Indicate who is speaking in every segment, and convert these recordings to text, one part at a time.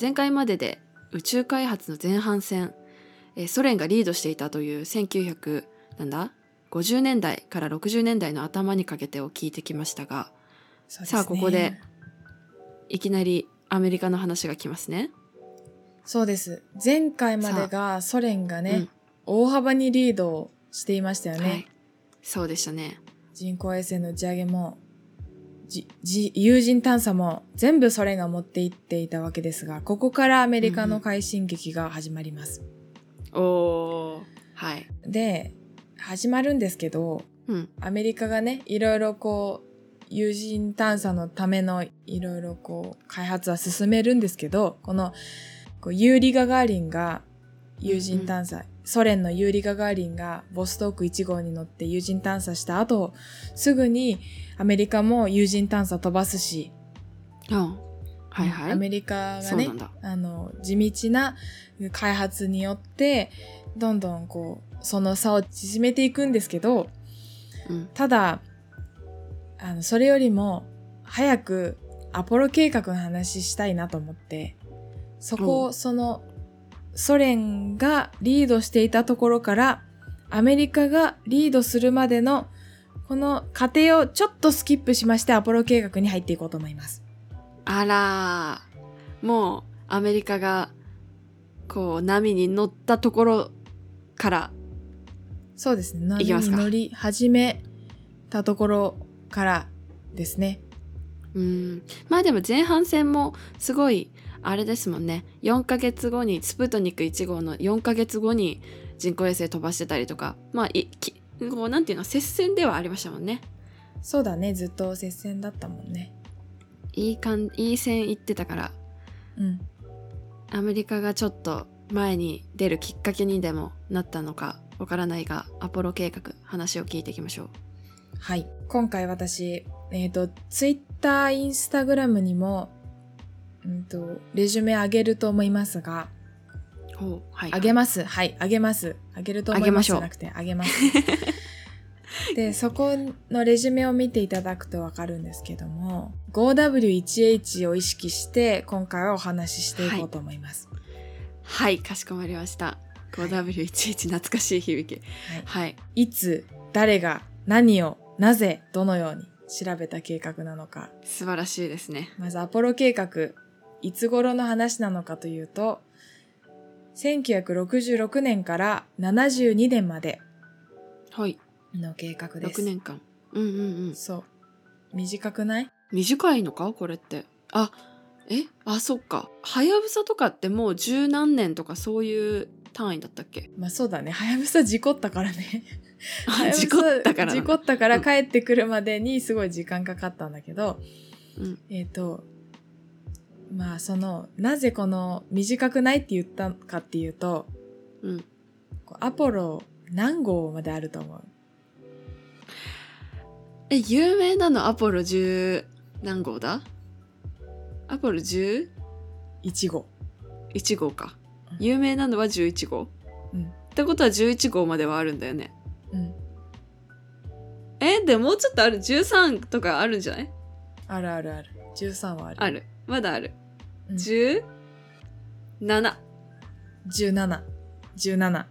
Speaker 1: 前回までで宇宙開発の前半戦えーソ連がリードしていたという1900なんだ50年代から60年代の頭にかけてを聞いてきましたが
Speaker 2: そうですね
Speaker 1: さあここでいきなりアメリカの話が来ますね。
Speaker 2: そうです前回までがソ連がね、大幅にリードをしていましたよ
Speaker 1: うん
Speaker 2: ね、
Speaker 1: はい、そうでしたね。
Speaker 2: 人工衛星の打ち上げもじじ有人探査も全部ソ連が持っていっていたわけですがここからアメリカの快進撃が始まります、
Speaker 1: おーはい。
Speaker 2: で始まるんですけど
Speaker 1: うん
Speaker 2: アメリカがねいろいろこう有人探査のためのいろいろこう開発は進めるんですけどこのこうユーリ・ガガーリンが有人探査、ソ連のユーリ・ガガーリンがボストーク1号に乗って有人探査した後すぐにアメリカも有人探査飛ばすし、
Speaker 1: うんはいはい。
Speaker 2: アメリカが
Speaker 1: そう
Speaker 2: ね
Speaker 1: なんだ。
Speaker 2: あの地道な開発によってどんどんこうその差を縮めていくんですけど、
Speaker 1: うん
Speaker 2: ただあのそれよりも早くアポロ計画の話したいなと思ってそこ
Speaker 1: お
Speaker 2: をそのソ連がリードしていたところからアメリカがリードするまでのこの過程をちょっとスキップしましてアポロ計画に入っていこうと思います。
Speaker 1: あらーもうアメリカがこう波に乗ったところから
Speaker 2: そうですね。
Speaker 1: いきますか
Speaker 2: 波に乗り始めたところからですね。
Speaker 1: うんまあでも前半戦もすごいあれですもんね4ヶ月後にスプートニク1号の4ヶ月後に人工衛星飛ばしてたりとかまあいきこうなんていうの接戦ではありましたもんね
Speaker 2: そうだね。ずっと接戦だったもんね。
Speaker 1: いいかんいい線いってたから
Speaker 2: うん。
Speaker 1: アメリカがちょっと前に出るきっかけにでもなったのかわからないがアポロ計画話を聞いていきましょう
Speaker 2: はい。今回私、えっ、と、ツイッター、インスタグラムにも、うんと、レジュメ上げると思いますが、
Speaker 1: ほうはい
Speaker 2: 上げます。はい、上げます。上げると思
Speaker 1: 上
Speaker 2: い
Speaker 1: げま
Speaker 2: ま
Speaker 1: し
Speaker 2: す。
Speaker 1: ょう
Speaker 2: じゃなくて、上げます。 で、そこのレジュメを見ていただくとわかるんですけども、5W1H を意識して、今回はお話ししていこうと思います。
Speaker 1: はい、かしこまりました。5W11 懐かしい響き。
Speaker 2: はい
Speaker 1: はい。
Speaker 2: い、つ、誰が、何を、なぜ、どのように調べた計画なのか、
Speaker 1: 素晴らしいですね。
Speaker 2: まずアポロ計画、いつ頃の話なのかというと、1966年から72年まで
Speaker 1: はい。
Speaker 2: の計画です。
Speaker 1: 6年間。うんうんうん。
Speaker 2: そう。短くない
Speaker 1: 短いのかこれって。あ、えあ、そっか。はやぶさとかってもう十何年とかそういう単位だったっけ
Speaker 2: まあそうだね。はやぶさ事故ったからね。
Speaker 1: あ、事故ったから
Speaker 2: 事
Speaker 1: な。
Speaker 2: 故ったから
Speaker 1: うん
Speaker 2: 帰ってくるまでにすごい時間かかったんだけど、
Speaker 1: うん
Speaker 2: えっ、と、まあその、なぜこの短くないって言ったかっていうと、
Speaker 1: うん。
Speaker 2: こうアポロ何号まであると思う
Speaker 1: え、有名なのアポロ10何号だアポロ11
Speaker 2: ?1 号。
Speaker 1: 号か
Speaker 2: うん。
Speaker 1: 有名なのは11号。
Speaker 2: うん
Speaker 1: ってことは11号まではあるんだよね。
Speaker 2: うん。
Speaker 1: えでももうちょっとある13とかあるんじゃない
Speaker 2: あるあるある。13はある。
Speaker 1: あるまだある、
Speaker 2: うん
Speaker 1: 17
Speaker 2: 17。17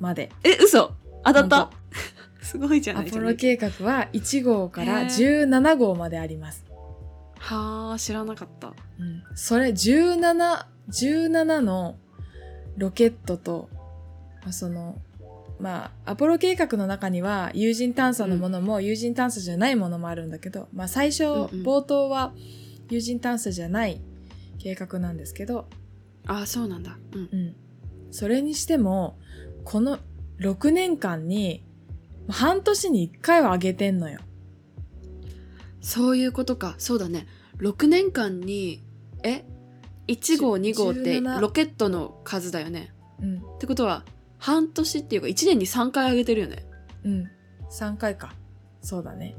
Speaker 2: まで。
Speaker 1: え嘘当たっ
Speaker 2: 本
Speaker 1: た すごいじゃ
Speaker 2: ア
Speaker 1: ないじ
Speaker 2: ポ
Speaker 1: ゃな
Speaker 2: ロ
Speaker 1: い
Speaker 2: 計画は1号から
Speaker 1: へー
Speaker 2: 17号まであります。
Speaker 1: はあ知らなかった
Speaker 2: うん。それ17、17のロケットと、まあその、まあ、アポロ計画の中には有人探査のものも有人探査じゃないものもあるんだけど、まあ最初、
Speaker 1: うんうん
Speaker 2: 冒頭は有人探査じゃない計画なんですけど、
Speaker 1: あそうなんだうん
Speaker 2: うん、それにしてもこの6年間に半年に1回は上げてんのよ
Speaker 1: そういうことかそうだね6年間にえ1号2号って
Speaker 2: 17
Speaker 1: ロケットの数だよね
Speaker 2: うん
Speaker 1: ってことは半年っていうか1年に3回上げてるよね
Speaker 2: うん3回かそうだね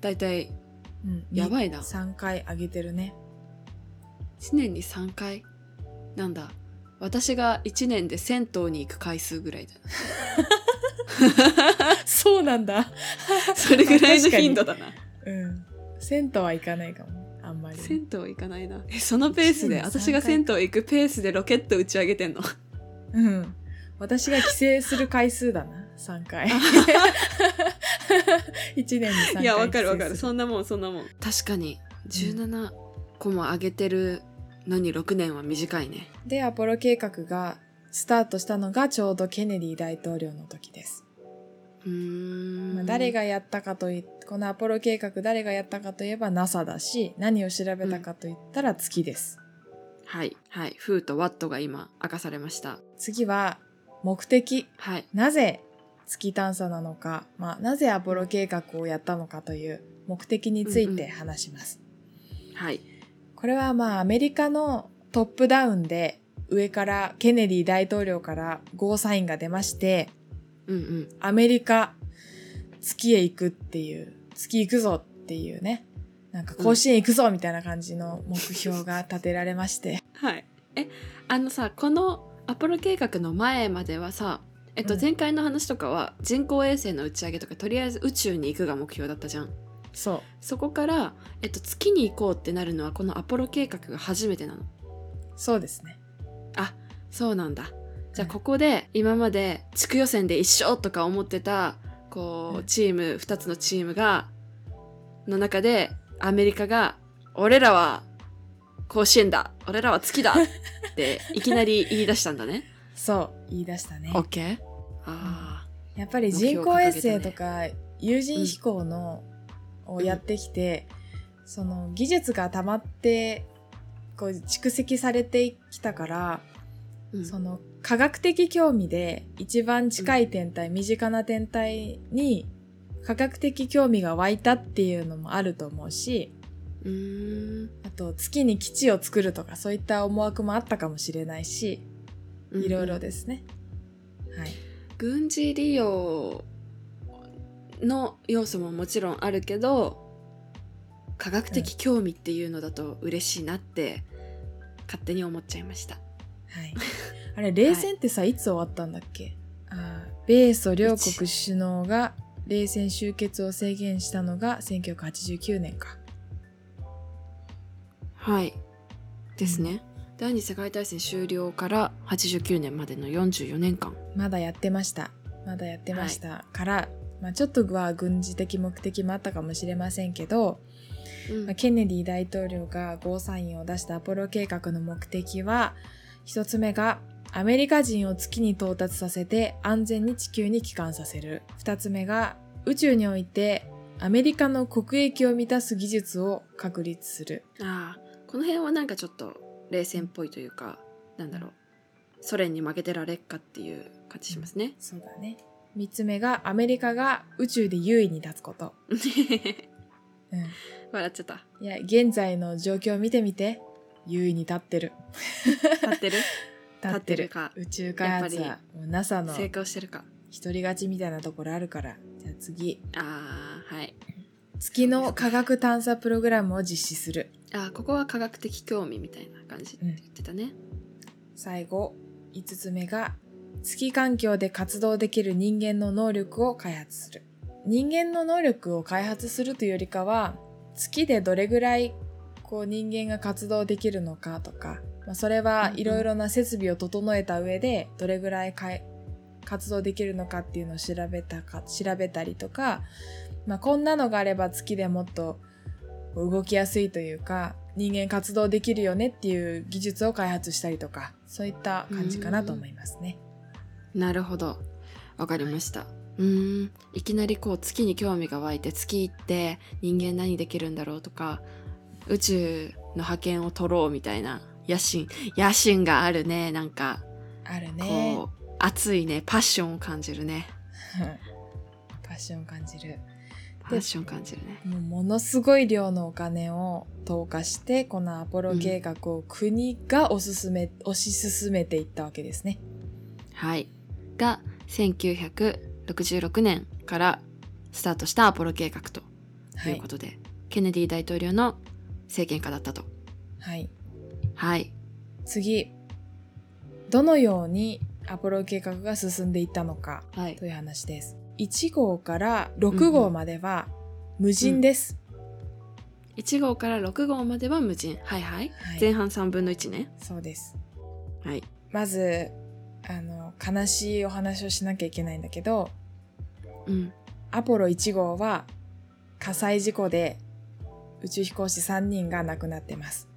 Speaker 1: だいたい
Speaker 2: うん
Speaker 1: やばいな
Speaker 2: 3回上げて るね
Speaker 1: 1年に3回なんだ私が1年で銭湯に行く回数ぐらい だ
Speaker 2: そう なんだ
Speaker 1: それぐらいの頻度だな。
Speaker 2: うん銭湯は行かないかもあんまります
Speaker 1: 銭湯行かないなえそのペースで
Speaker 2: 週に
Speaker 1: 私が
Speaker 2: 三
Speaker 1: 銭湯行くペースでロケット打ち上げてんの
Speaker 2: うん。私が帰省する回数だな、3回。1年に3回。
Speaker 1: いやわかるわかるそ
Speaker 2: うん
Speaker 1: なもんそんなもん確かに17個も上げてるのに6年は短いね
Speaker 2: で、アポロ計画がスタートしたのがちょうどケネディ大統領の時です。
Speaker 1: うーん、
Speaker 2: まあ、誰がやったかといこのアポロ計画誰がやったかといえば NASA だし、何を調べたかといったら月です。
Speaker 1: はいはいフーとワットが今明かされました
Speaker 2: 次は、目的。
Speaker 1: はい
Speaker 2: なぜ月探査なのか、まあ、なぜアポロ計画をやったのかという目的について話します。
Speaker 1: はい
Speaker 2: これはまあアメリカのトップダウンで上からケネディ大統領からゴーサインが出まして
Speaker 1: うんうん
Speaker 2: アメリカ月へ行くっていう月行くぞっていうねなんか甲子園行くぞみたいな感じの目標が立てられまして、
Speaker 1: はい。え、あのさ、このアポロ計画の前まではさ、えっと
Speaker 2: うん
Speaker 1: 前回の話とかは人工衛星の打ち上げとかとりあえず宇宙に行くが目標だったじゃん。
Speaker 2: そ
Speaker 1: そこからえっと月に行こうってなるのはこのアポロ計画が初めてなの。
Speaker 2: うそうですね
Speaker 1: そうなんだ。じゃあ
Speaker 2: うん
Speaker 1: ここで今まで地区予選で一緒とか思ってたこ
Speaker 2: う
Speaker 1: うんチーム2つのチームがの中でアメリカが「俺らは甲子園だ俺らは月 だ」っていきなり言い出したんだね。
Speaker 2: そう言い出したね
Speaker 1: オッケーあ
Speaker 2: やっぱり人工衛星とか有人飛行の、をやってきて、その技術が溜まってこう蓄積されてきたから、
Speaker 1: ー、うん
Speaker 2: その科学的興味で一番近い天体、身近な天体に科学的興味が湧いたっていうのもあると思うし
Speaker 1: うーん
Speaker 2: あと月に基地を作るとかそういった思惑もあったかもしれないしいろいろですね。はい
Speaker 1: 軍事利用の要素ももちろんあるけど科学的興味っていうのだと嬉しいなって勝手に思っちゃいました
Speaker 2: はい、あれ冷戦ってさ、い、つ終わったんだっけあー米ソ両国首脳が冷戦終結を制限したのが1989年か
Speaker 1: はいですね、第二次世界大戦終了から89年までの44年間
Speaker 2: まだやってましたまだやってました、から、まあ、ちょっとは軍事的目的もあったかもしれませんけど、
Speaker 1: うん
Speaker 2: まあケネディ大統領がゴーサインを出したアポロ計画の目的は一つ目がアメリカ人を月に到達させて安全に地球に帰還させる二つ目が宇宙においてアメリカの国益を満たす技術を確立する
Speaker 1: ああこの辺はなんかちょっと冷戦っぽいというかなんだろうソ連に負けてられっかっていう感じしますね、
Speaker 2: そうだね三つ目がアメリカが宇宙で優位に立つこと、うん、
Speaker 1: 笑っちゃった
Speaker 2: いや現在の状況を見てみて優位に立ってる
Speaker 1: 立ってる
Speaker 2: 立ってる
Speaker 1: 立ってるか
Speaker 2: 宇宙開発
Speaker 1: やっ
Speaker 2: はもう NASA の
Speaker 1: 成功してるか
Speaker 2: 独り勝ちみたいなところあるからじゃあ次
Speaker 1: ああはい
Speaker 2: 月の科学探査プログラムを実施する
Speaker 1: ああここは科学的興味みたいな感じって言ってたね、
Speaker 2: 最後5つ目が月環境で活動できる人間の能力を開発する人間の能力を開発するというよりかは月でどれぐらいこう人間が活動できるのかとか、まあ、それはいろいろな設備を整えた上でどれぐらいかい活動できるのかっていうのを調べたか調べたりとか、まあ、こんなのがあれば月でもっと動きやすいというか人間活動できるよねっていう技術を開発したりとかそういった感じかなと思いますね。
Speaker 1: なるほどわかりました、うーんいきなりこう月に興味が湧いて月行って人間何できるんだろうとか宇宙の覇権を取ろうみたいな野心野心があるねなんか
Speaker 2: ある
Speaker 1: こう、
Speaker 2: ね。
Speaker 1: 熱いねパッションを感じるね
Speaker 2: パッション感じる。
Speaker 1: パッション感じるね
Speaker 2: もうものすごい量のお金を投下してこのアポロ計画を国がおすすめ、推し進めていったわけですね。
Speaker 1: はいが1966年からスタートしたアポロ計画と
Speaker 2: は
Speaker 1: いう
Speaker 2: い
Speaker 1: こ。とで、ケネディ大統領の政権下だったと
Speaker 2: はい、
Speaker 1: はい
Speaker 2: 次どのようにアポロ計画が進んでいったのか
Speaker 1: はい
Speaker 2: という話です。1号から6号までは無人です。
Speaker 1: 1号から6号までは無人はいはい、
Speaker 2: はい
Speaker 1: 前半3分の1ね
Speaker 2: そうです
Speaker 1: はい
Speaker 2: まずあの悲しいお話をしなきゃいけないんだけど
Speaker 1: うん
Speaker 2: アポロ1号は火災事故で宇宙飛行士3人が亡くなってます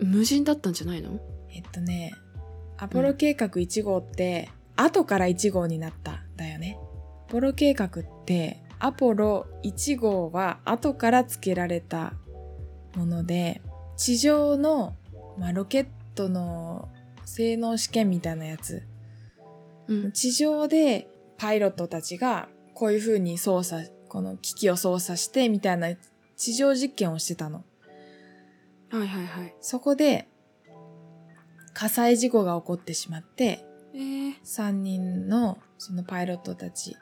Speaker 1: 無人だったんじゃないの
Speaker 2: えっとねアポロ計画1号って、後から1号になったんだよねアポロ計画ってアポロ1号は後から付けられたもので地上の、まあ、ロケットの性能試験みたいなやつ
Speaker 1: うん
Speaker 2: 地上でパイロットたちがこういう風に操作、この機器を操作してみたいな地上実験をしてたの。
Speaker 1: はいはいはい
Speaker 2: そこで火災事故が起こってしまって、
Speaker 1: えー、
Speaker 2: 3人のそのパイロットたち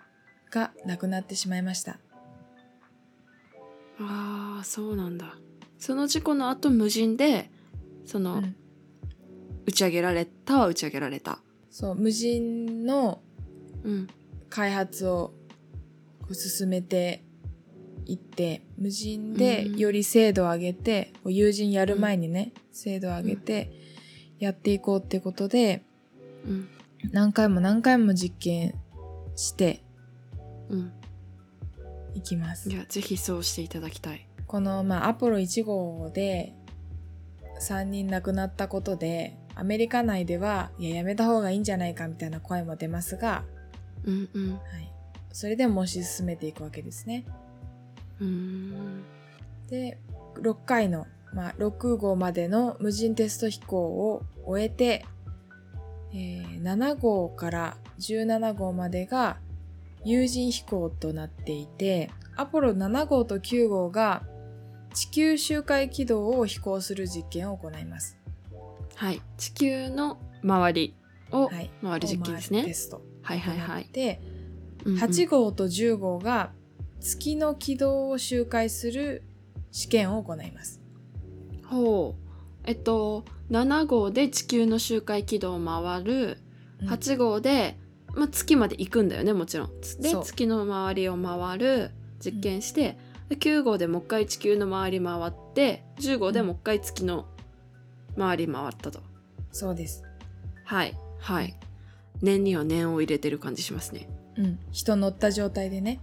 Speaker 2: が亡くなってしまいました。
Speaker 1: ああそうなんだその事故の後無人でその、
Speaker 2: うん
Speaker 1: 打ち上げられたは打ち上げられた
Speaker 2: そう、無人の
Speaker 1: うん
Speaker 2: 開発をこう進めていって無人で
Speaker 1: うん
Speaker 2: より精度を上げて、こう友人やる前にね、精度を上げてやっていこうってことで
Speaker 1: うん
Speaker 2: 何回も何回も実験して
Speaker 1: うん
Speaker 2: いきます
Speaker 1: い。やぜひそうしていただきたい
Speaker 2: この、まあ、アポロ1号で3人亡くなったことでアメリカ内ではいややめた方がいいんじゃないかみたいな声も出ますが、
Speaker 1: うんうん
Speaker 2: はい、それでも推し進めていくわけですね。
Speaker 1: うーん
Speaker 2: で6回の、まあ、6号までの無人テスト飛行を終えて、えー7号から17号までが有人飛行となっていてアポロ7号と9号が地球周回軌道を飛行する実験を行います。
Speaker 1: はい地球の周りを
Speaker 2: はい、
Speaker 1: 回る実験ですね、
Speaker 2: テスト
Speaker 1: はいはいはい
Speaker 2: で
Speaker 1: うんうん
Speaker 2: 8号と10号が月の軌道を周回する試験を行います。
Speaker 1: ほうえっと7号で地球の周回軌道を回る
Speaker 2: うん
Speaker 1: 8号で、まあ、月まで行くんだよねもちろん。つで
Speaker 2: そう
Speaker 1: 月の周りを回る実験して、で9号でもう一回地球の周り回って10号でもう一回月の周り回ったと。
Speaker 2: そうです。
Speaker 1: はいはい。年には年を入れてる感じしますね。
Speaker 2: うん、人乗った状態でね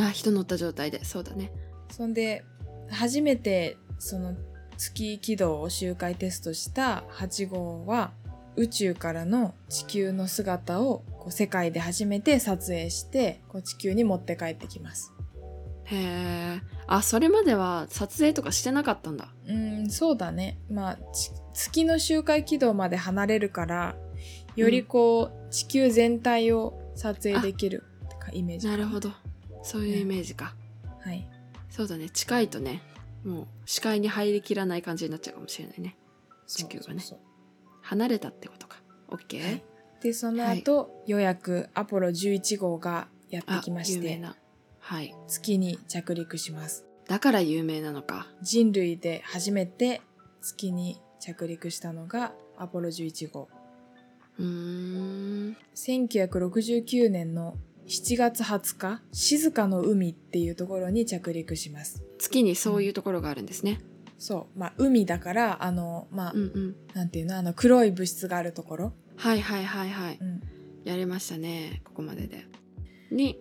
Speaker 1: あ人乗った状態でそうだね。
Speaker 2: そんで初めてその月軌道を周回テストした8号は宇宙からの地球の姿をこう世界で初めて撮影してこう地球に持って帰ってきます
Speaker 1: へえ。あそれまでは撮影とかしてなかったんだ。
Speaker 2: うんそうだねまあち月の周回軌道まで離れるからよりこう、地球全体を撮影できるってかイメージ
Speaker 1: なるほどそういうイメージか。
Speaker 2: はい
Speaker 1: そうだね近いとねもう視界に入りきらない感じになっちゃうかもしれないね地球がね
Speaker 2: そうそうそう
Speaker 1: 離れたってことか OK、
Speaker 2: はいでその後、ようやくアポロ11号がやって
Speaker 1: あ
Speaker 2: きまし
Speaker 1: 有名
Speaker 2: て
Speaker 1: なはい
Speaker 2: 月に着陸します
Speaker 1: だから有名なのか
Speaker 2: 人類で初めて月に着陸したのがアポロ11号
Speaker 1: うーん
Speaker 2: 1969年の7月20日静かの海っていうところに着陸します
Speaker 1: 月にそういうところがあるんですね、
Speaker 2: そうまあ海だからあのまあ、
Speaker 1: うん、うん
Speaker 2: なんていうのあの黒い物質があるところ、
Speaker 1: はいはいはいはい
Speaker 2: うん、
Speaker 1: やりましたねここまででに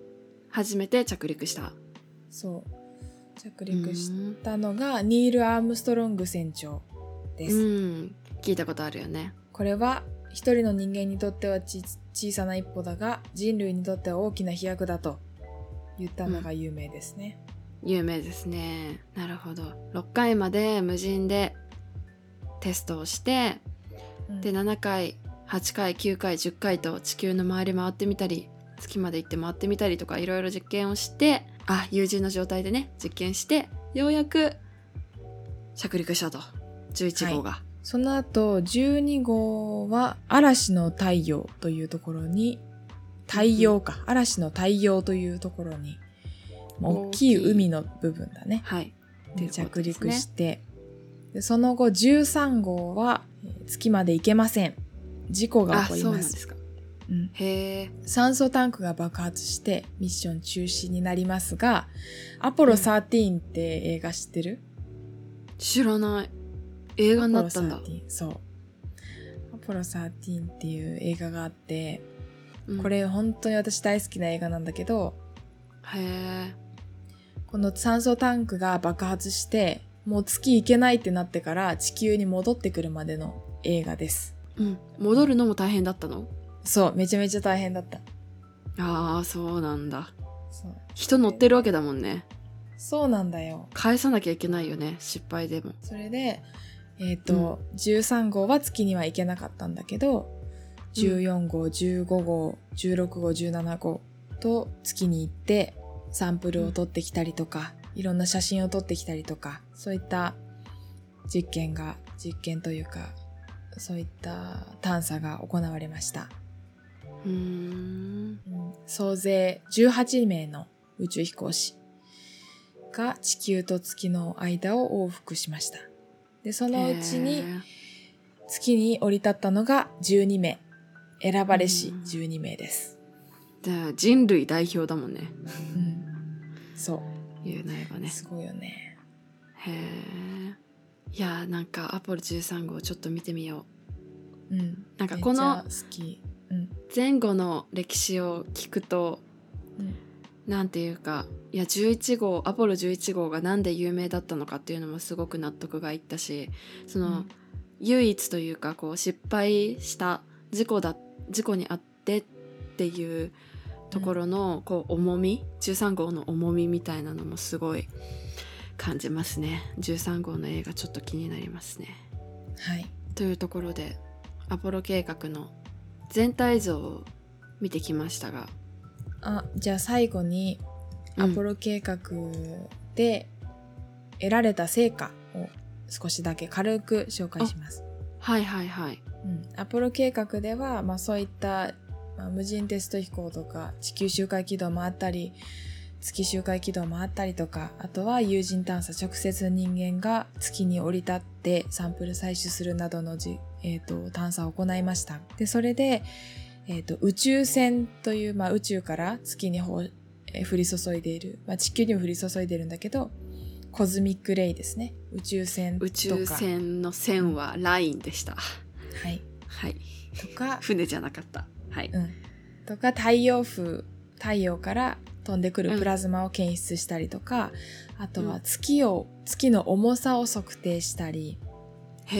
Speaker 1: 初めて着陸した
Speaker 2: そう着陸し
Speaker 1: うーん
Speaker 2: たのがニール・アームストロング船長です、
Speaker 1: うん聞いたことあるよね
Speaker 2: これは一人の人間にとってはち小さな一歩だが人類にとっては大きな飛躍だと言ったのが有名ですね、
Speaker 1: 有名ですねなるほど6回まで無人でテストをして
Speaker 2: うん
Speaker 1: で7回8回9回10回と地球の周り回ってみたり月まで行って回ってみたりとかいろいろ実験をしてあ友人の状態でね実験してようやく着陸したと11号が、
Speaker 2: その後12号は嵐の太陽というところに太陽か、嵐の太陽というところにまあ大きい
Speaker 1: 大きい
Speaker 2: 海の部分だね
Speaker 1: はい、
Speaker 2: で
Speaker 1: ということ
Speaker 2: 着
Speaker 1: ですね
Speaker 2: 陸してでその後13号はえー月まで行けません事故が
Speaker 1: あ
Speaker 2: 起こり
Speaker 1: そうなん
Speaker 2: ま
Speaker 1: ですすか
Speaker 2: うん
Speaker 1: へえ
Speaker 2: 酸素タンクが爆発してミッション中止になりますが、アポロ13って映画知ってる
Speaker 1: 知らない映画になったんだ
Speaker 2: アポロ13そう。アポロ13っていう映画があって、
Speaker 1: うん
Speaker 2: これ本当に私大好きな映画なんだけど、
Speaker 1: へえ
Speaker 2: この酸素タンクが爆発して、もう月行けないってなってから地球に戻ってくるまでの映画です。
Speaker 1: うん戻るのも大変だったの
Speaker 2: そう、めちゃめちゃ大変だった。
Speaker 1: ああそうなんだ
Speaker 2: そう
Speaker 1: 人乗ってるわけだもんね
Speaker 2: そうなんだよ。
Speaker 1: 返さなきゃいけないよね失敗でも
Speaker 2: それで、えっ、と、13号は月には行けなかったんだけど、14号、15号、16号、17号と月に行って、サンプルを取ってきたりとか、いろんな写真を撮ってきたりとか、そういった実験が、実験というか、そういった探査が行われました。
Speaker 1: うーん
Speaker 2: うん総勢18名の宇宙飛行士が地球と月の間を往復しました。で、そのうち
Speaker 1: へ
Speaker 2: に
Speaker 1: ー
Speaker 2: 月に降り立ったのが12名。選ばれし
Speaker 1: うん
Speaker 2: 12名です。
Speaker 1: じゃあ人類代表だもんね
Speaker 2: うん。そ
Speaker 1: 言うなれば
Speaker 2: う。
Speaker 1: ね
Speaker 2: すごいよね。
Speaker 1: へえいやーなんかアポロ13号ちょっと見てみよ
Speaker 2: うん。
Speaker 1: なんかこの
Speaker 2: めっちゃ好き。うん。
Speaker 1: う前後の歴史を聞くと
Speaker 2: うん
Speaker 1: なんていうかいや11号アポロ11号がなんで有名だったのかっていうのもすごく納得がいったしその、
Speaker 2: うん
Speaker 1: 唯一というかこう失敗した事故だ事故にあってっていうところのこう重み、13号の重みみたいなのもすごい感じますね13号の映画ちょっと気になりますね。
Speaker 2: はい。
Speaker 1: というところでアポロ計画の全体像を見てきましたが、
Speaker 2: あ、じゃあ最後にアポ
Speaker 1: ロ
Speaker 2: ロ計画で得られた成果を少しだけ軽く紹介します。
Speaker 1: はいはいはい
Speaker 2: うん、アポロ計画では、まあ、そういった、まあ、無人テスト飛行とか地球周回軌道もあったり月周回軌道もあったりとかあとは有人探査直接人間が月に降り立ってサンプル採取するなどのじ、えー、と探査を行いましたでそれで、えー、と宇宙船という、まあ、宇宙から月に放えー降り注いでいる、まあ、地球にも降り注いでいるんだけどコズミックレイですね宇宙船とか
Speaker 1: 宇宙船の線はラインでした。
Speaker 2: はい
Speaker 1: はい
Speaker 2: とか
Speaker 1: 船じゃなかった。はい。
Speaker 2: うん、とか太陽風太陽から飛んでくるプラズマを検出したりとか、あとは月を月の重さを測定したり、
Speaker 1: へ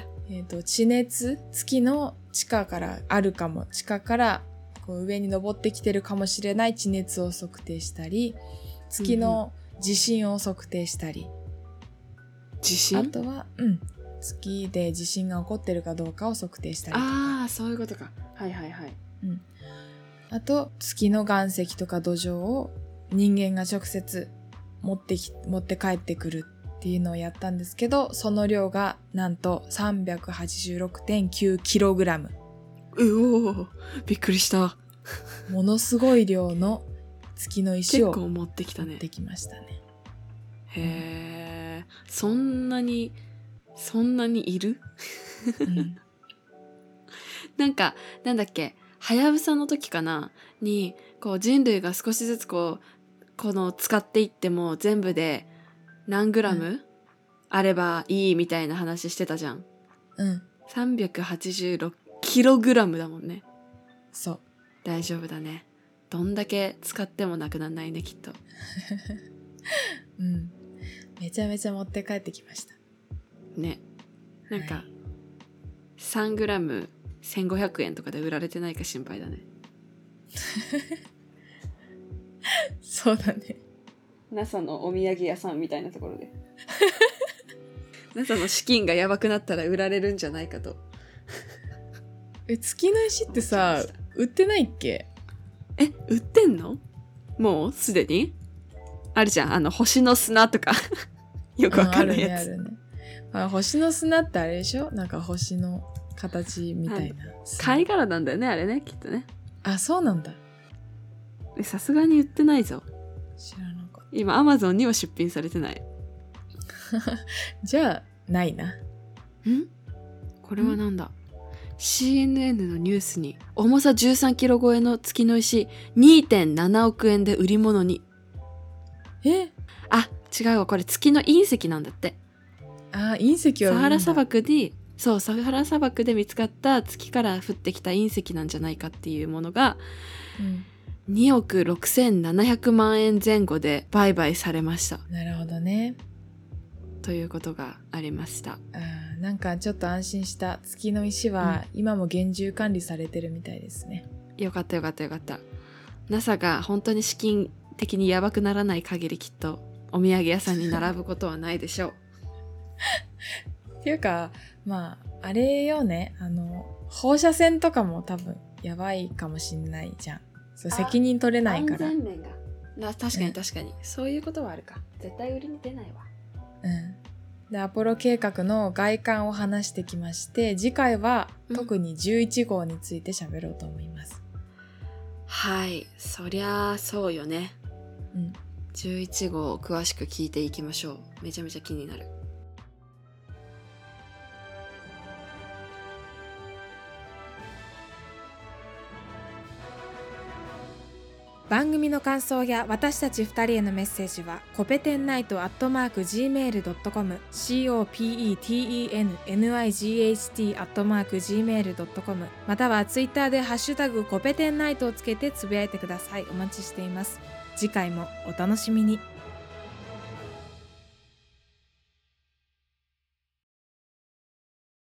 Speaker 1: え。
Speaker 2: えー、と地熱月の地下からあるかも地下からこう上に登ってきてるかもしれない地熱を測定したり月の地震を測定したり、
Speaker 1: 地
Speaker 2: あ
Speaker 1: 震
Speaker 2: とは、うん、月で地震が起こってるかどうかを測定したりとか。
Speaker 1: ああそういうことか。はいはいはい。
Speaker 2: あと、月の岩石とか土壌を人間が直接持ってき、持って帰ってくるっていうのをやったんですけど、その量がなんと 386.9kg。
Speaker 1: うおーびっくりした。
Speaker 2: ものすごい量の月の石
Speaker 1: 結
Speaker 2: を
Speaker 1: 構持ってきた
Speaker 2: 持
Speaker 1: ね
Speaker 2: っ。てきましたね。
Speaker 1: へえ。そんなにそんなにいる？
Speaker 2: うん
Speaker 1: なんかなんだっけはやぶさの時かなにこう人類が少しずつこうこの使っていっても全部で何グラ
Speaker 2: う
Speaker 1: ムあればいいみたいな話してたじゃん。
Speaker 2: うん、
Speaker 1: 386キログラムだもんね。
Speaker 2: そう。
Speaker 1: 大丈夫だねどんだけ使ってもなくならないねきっと
Speaker 2: うん。めちゃめちゃ持って帰ってきました。
Speaker 1: ねなんか、
Speaker 2: はい
Speaker 1: 3g1500 円とかで売られてないか心配だね
Speaker 2: そうだね。
Speaker 1: NASA のお土産屋さんみたいなところで NASA の資金がやばくなったら売られるんじゃないかと
Speaker 2: え、月の石って
Speaker 1: 持
Speaker 2: さ
Speaker 1: ってきまし、
Speaker 2: 売ってないっけ
Speaker 1: え売ってんのもうすでにあるじゃんあの星の砂とか よくわかんないやつ、
Speaker 2: うんあるねあるねあ星の砂ってあれでしょなんか星の形みたいな。
Speaker 1: 貝殻なんだよねあれねきっとね
Speaker 2: あ、そうなんだ。
Speaker 1: えさすがに売ってないぞ
Speaker 2: 知らなかっ
Speaker 1: 今 Amazon には出品されてない
Speaker 2: た。じゃあ、ないな。
Speaker 1: んこれはなんだ CNN のニュースに重さ13キロ超えの月の石2.7億円で売り物に
Speaker 2: え
Speaker 1: あ違うわこれ月の隕石なんだって
Speaker 2: あー隕石は
Speaker 1: サハラ砂
Speaker 2: 漠
Speaker 1: 漠にそうサハラ砂漠で見つかった月から降ってきた隕石なんじゃないかっていうものが2億6700万円前後で売買されました
Speaker 2: なるほどね
Speaker 1: ということがありました
Speaker 2: あーなんかちょっと安心した月の石は今も厳重管理されてるみたいですね、
Speaker 1: よかったよかったよかった NASA が本当に資金的にやばくならない限りきっとお土産屋さんに並ぶことはないでしょう
Speaker 2: っていうかまああれよねあの放射線とかも多分やばいかもしんないじゃんそう
Speaker 1: あ
Speaker 2: 責任取れないから
Speaker 1: 安全面がな確か
Speaker 2: う
Speaker 1: に
Speaker 2: ん
Speaker 1: 確かに、そういうことはあるか絶対売りに出ないわ
Speaker 2: うん、でアポロ計画の外観を話してきまして次回は
Speaker 1: うん
Speaker 2: 特に11号について喋ろうと思います、
Speaker 1: はいそりゃあそうよね
Speaker 2: うん
Speaker 1: 11号を詳しく聞いていきましょうめちゃめちゃ気になる
Speaker 3: 番組の感想や私たち2人へのメッセージはコペテンナイトアットマーク Gmail.com COPETENNIGHT アットマーク Gmail.com またはツイッターでハッシュタグコペテンナイトをつけてつぶやいてくださいお待ちしています次回もお楽しみに